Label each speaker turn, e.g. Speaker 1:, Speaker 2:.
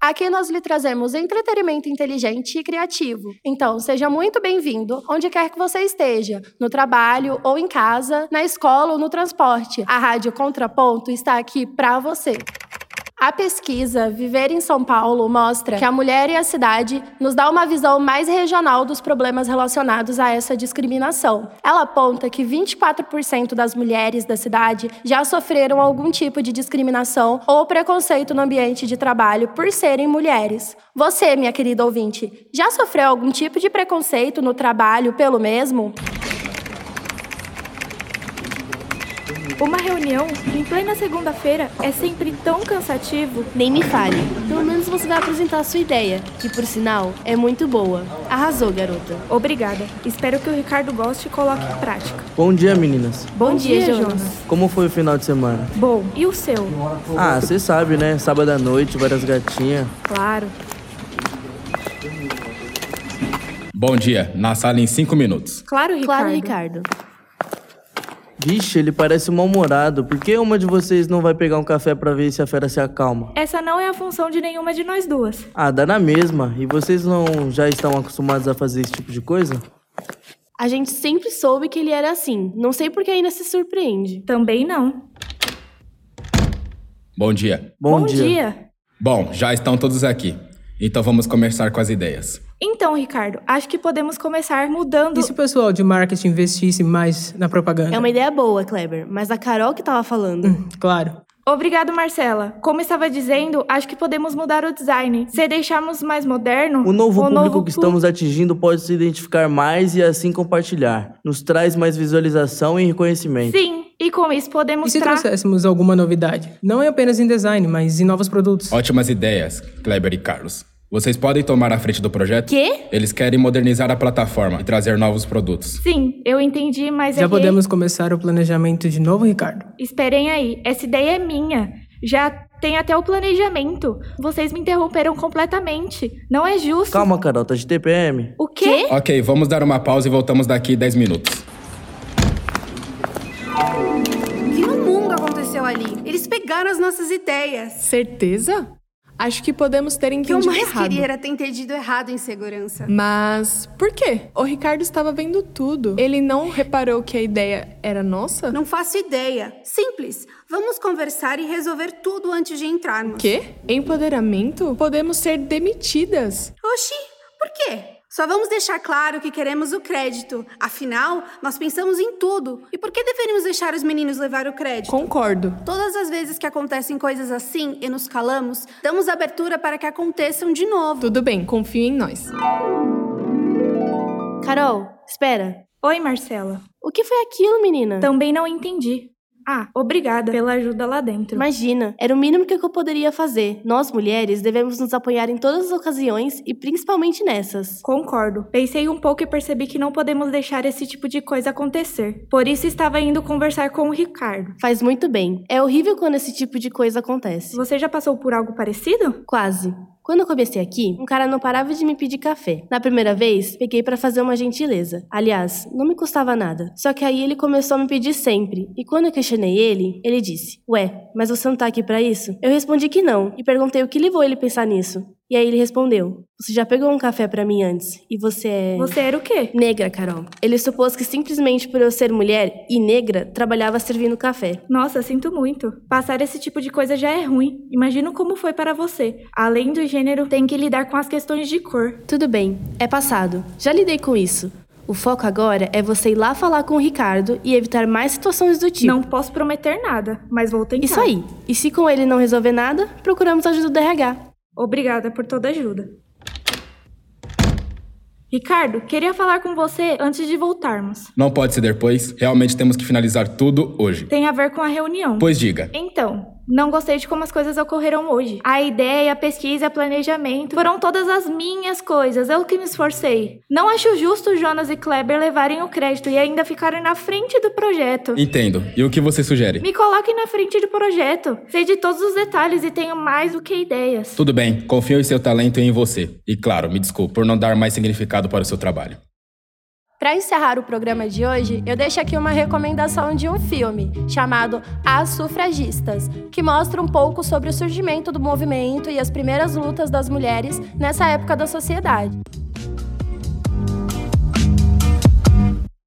Speaker 1: Aqui nós lhe trazemos entretenimento inteligente e criativo. Então, seja muito bem-vindo onde quer que você esteja, no trabalho ou em casa, na escola ou no transporte. A Rádio Contraponto está aqui para você. A pesquisa Viver em São Paulo mostra que a mulher e a cidade nos dá uma visão mais regional dos problemas relacionados a essa discriminação. Ela aponta que 24% das mulheres da cidade já sofreram algum tipo de discriminação ou preconceito no ambiente de trabalho por serem mulheres. Você, minha querida ouvinte, já sofreu algum tipo de preconceito no trabalho pelo mesmo?
Speaker 2: Uma reunião em plena segunda-feira é sempre tão cansativo.
Speaker 3: Nem me fale. Pelo menos você vai apresentar a sua ideia, que por sinal é muito boa. Arrasou, garota.
Speaker 2: Obrigada. Espero que o Ricardo goste e coloque em prática.
Speaker 4: Bom dia, meninas.
Speaker 3: Bom, dia, Jonas.
Speaker 4: Como foi o final de semana?
Speaker 2: Bom, e o seu?
Speaker 4: Ah, você sabe, né? Sábado à noite, várias gatinhas.
Speaker 2: Claro.
Speaker 5: Bom dia, na sala em cinco minutos.
Speaker 2: Claro, Ricardo.
Speaker 3: Claro, Ricardo.
Speaker 4: Vixe, ele parece mal-humorado. Por que uma de vocês não vai pegar um café pra ver se a fera se acalma?
Speaker 2: Essa não é a função de nenhuma de nós duas.
Speaker 4: Ah, dá na mesma. E vocês não já estão acostumados a fazer esse tipo de coisa?
Speaker 3: A gente sempre soube que ele era assim. Não sei por que ainda se surpreende.
Speaker 2: Também não.
Speaker 5: Bom dia.
Speaker 2: Bom, dia.
Speaker 5: Bom, já estão todos aqui. Então vamos começar com as ideias.
Speaker 2: Então, Ricardo, acho que podemos começar mudando.
Speaker 6: E se o pessoal de marketing investisse mais na propaganda?
Speaker 3: É um- uma ideia boa, Kleber, mas a Carol que tava
Speaker 6: Hum.
Speaker 3: falando.
Speaker 6: Claro.
Speaker 2: Obrigado, Marcela. Como estava dizendo, acho que podemos mudar o design. Se deixarmos mais moderno,
Speaker 4: O novo público que estamos atingindo pode se identificar mais e assim compartilhar. Nos traz mais visualização e reconhecimento.
Speaker 2: Sim, e com isso
Speaker 6: E
Speaker 2: podemos
Speaker 6: se
Speaker 2: tra-
Speaker 6: trouxéssemos alguma novidade? Não é apenas em design, mas em novos produtos.
Speaker 5: Ótimas ideias, Kleber e Carlos. Vocês podem tomar a frente do projeto?
Speaker 3: Quê?
Speaker 5: Eles querem modernizar a plataforma e trazer novos produtos.
Speaker 2: Sim, eu entendi, mas é
Speaker 6: Já
Speaker 2: que-
Speaker 6: podemos começar o planejamento de novo, Ricardo?
Speaker 2: Esperem aí, essa ideia é minha. Já tem até o planejamento. Vocês me interromperam completamente. Não é justo.
Speaker 4: Calma, Carol, tá de TPM.
Speaker 2: O quê?
Speaker 5: Ok, vamos dar uma pausa e voltamos daqui 10 minutos.
Speaker 7: O que no mundo aconteceu ali? Eles pegaram as nossas ideias.
Speaker 8: Certeza? Acho que podemos ter
Speaker 7: O que eu
Speaker 8: entendido
Speaker 7: mais
Speaker 8: errado.
Speaker 7: queria era ter entendido errado em segurança.
Speaker 8: Mas por quê? O Ricardo estava vendo tudo. Ele não reparou que a ideia era nossa?
Speaker 7: Não faço ideia. Simples. Vamos conversar e resolver tudo antes de entrarmos.
Speaker 8: Quê? Empoderamento? Podemos ser demitidas.
Speaker 7: Oxi, por quê? Só vamos deixar claro que queremos o crédito. Afinal, nós pensamos em tudo. E por que deveríamos deixar os meninos levar o crédito?
Speaker 8: Concordo.
Speaker 7: Todas as vezes que acontecem coisas assim e nos calamos, damos abertura para que aconteçam de novo.
Speaker 8: Tudo bem, confio em nós.
Speaker 3: Carol, espera.
Speaker 2: Oi, Marcela.
Speaker 3: O que foi aquilo, menina?
Speaker 2: Também não entendi. Ah, obrigada pela ajuda lá dentro.
Speaker 3: Imagina, era o mínimo que eu poderia fazer. Nós, mulheres, devemos nos apoiar em todas as ocasiões e principalmente nessas.
Speaker 2: Concordo. Pensei um pouco e percebi que não podemos deixar esse tipo de coisa acontecer. Por isso estava indo conversar com o Ricardo.
Speaker 3: Faz muito bem. É horrível quando esse tipo de coisa acontece.
Speaker 2: Você já passou por algo parecido?
Speaker 3: Quase. Quando eu comecei aqui, um cara não parava de me pedir café. Na primeira vez, peguei pra fazer uma gentileza. Aliás, não me custava nada. Só que aí ele começou a me pedir sempre. E quando eu questionei ele, ele disse: "Ué, mas você não tá aqui pra isso?" Eu respondi que não e perguntei o que levou ele a pensar nisso. E aí ele respondeu: "Você já pegou um café pra mim antes e você é
Speaker 2: Você era o quê?
Speaker 3: negra, Carol." Ele supôs que simplesmente por eu ser mulher e negra, trabalhava servindo café.
Speaker 2: Nossa, sinto muito. Passar esse tipo de coisa já é ruim. Imagino como foi para você. Além do gênero, tem que lidar com as questões de cor.
Speaker 3: Tudo bem, é passado. Já lidei com isso. O foco agora é você ir lá falar com o Ricardo e evitar mais situações do tipo.
Speaker 2: Não posso prometer nada, mas vou tentar.
Speaker 3: Isso aí. E se com ele não resolver nada, procuramos a ajuda do RH.
Speaker 2: Obrigada por toda a ajuda. Ricardo, queria falar com você antes de voltarmos.
Speaker 5: Não pode ser depois, realmente temos que finalizar tudo hoje.
Speaker 2: Tem a ver com a reunião.
Speaker 5: Pois diga.
Speaker 2: Então, não gostei de como as coisas ocorreram hoje. A ideia, a pesquisa, o planejamento foram todas as minhas coisas, eu que me esforcei. Não acho justo Jonas e Kleber levarem o crédito e ainda ficarem na frente do projeto.
Speaker 5: Entendo. E o que você sugere?
Speaker 2: Me coloquem na frente do projeto. Sei de todos os detalhes e tenho mais do que ideias.
Speaker 5: Tudo bem, confio em seu talento e em você. E claro, me desculpe por não dar mais significado para o seu trabalho.
Speaker 3: Para encerrar o programa de hoje, eu deixo aqui uma recomendação de um filme chamado As Sufragistas, que mostra um pouco sobre o surgimento do movimento e as primeiras lutas das mulheres nessa época da sociedade.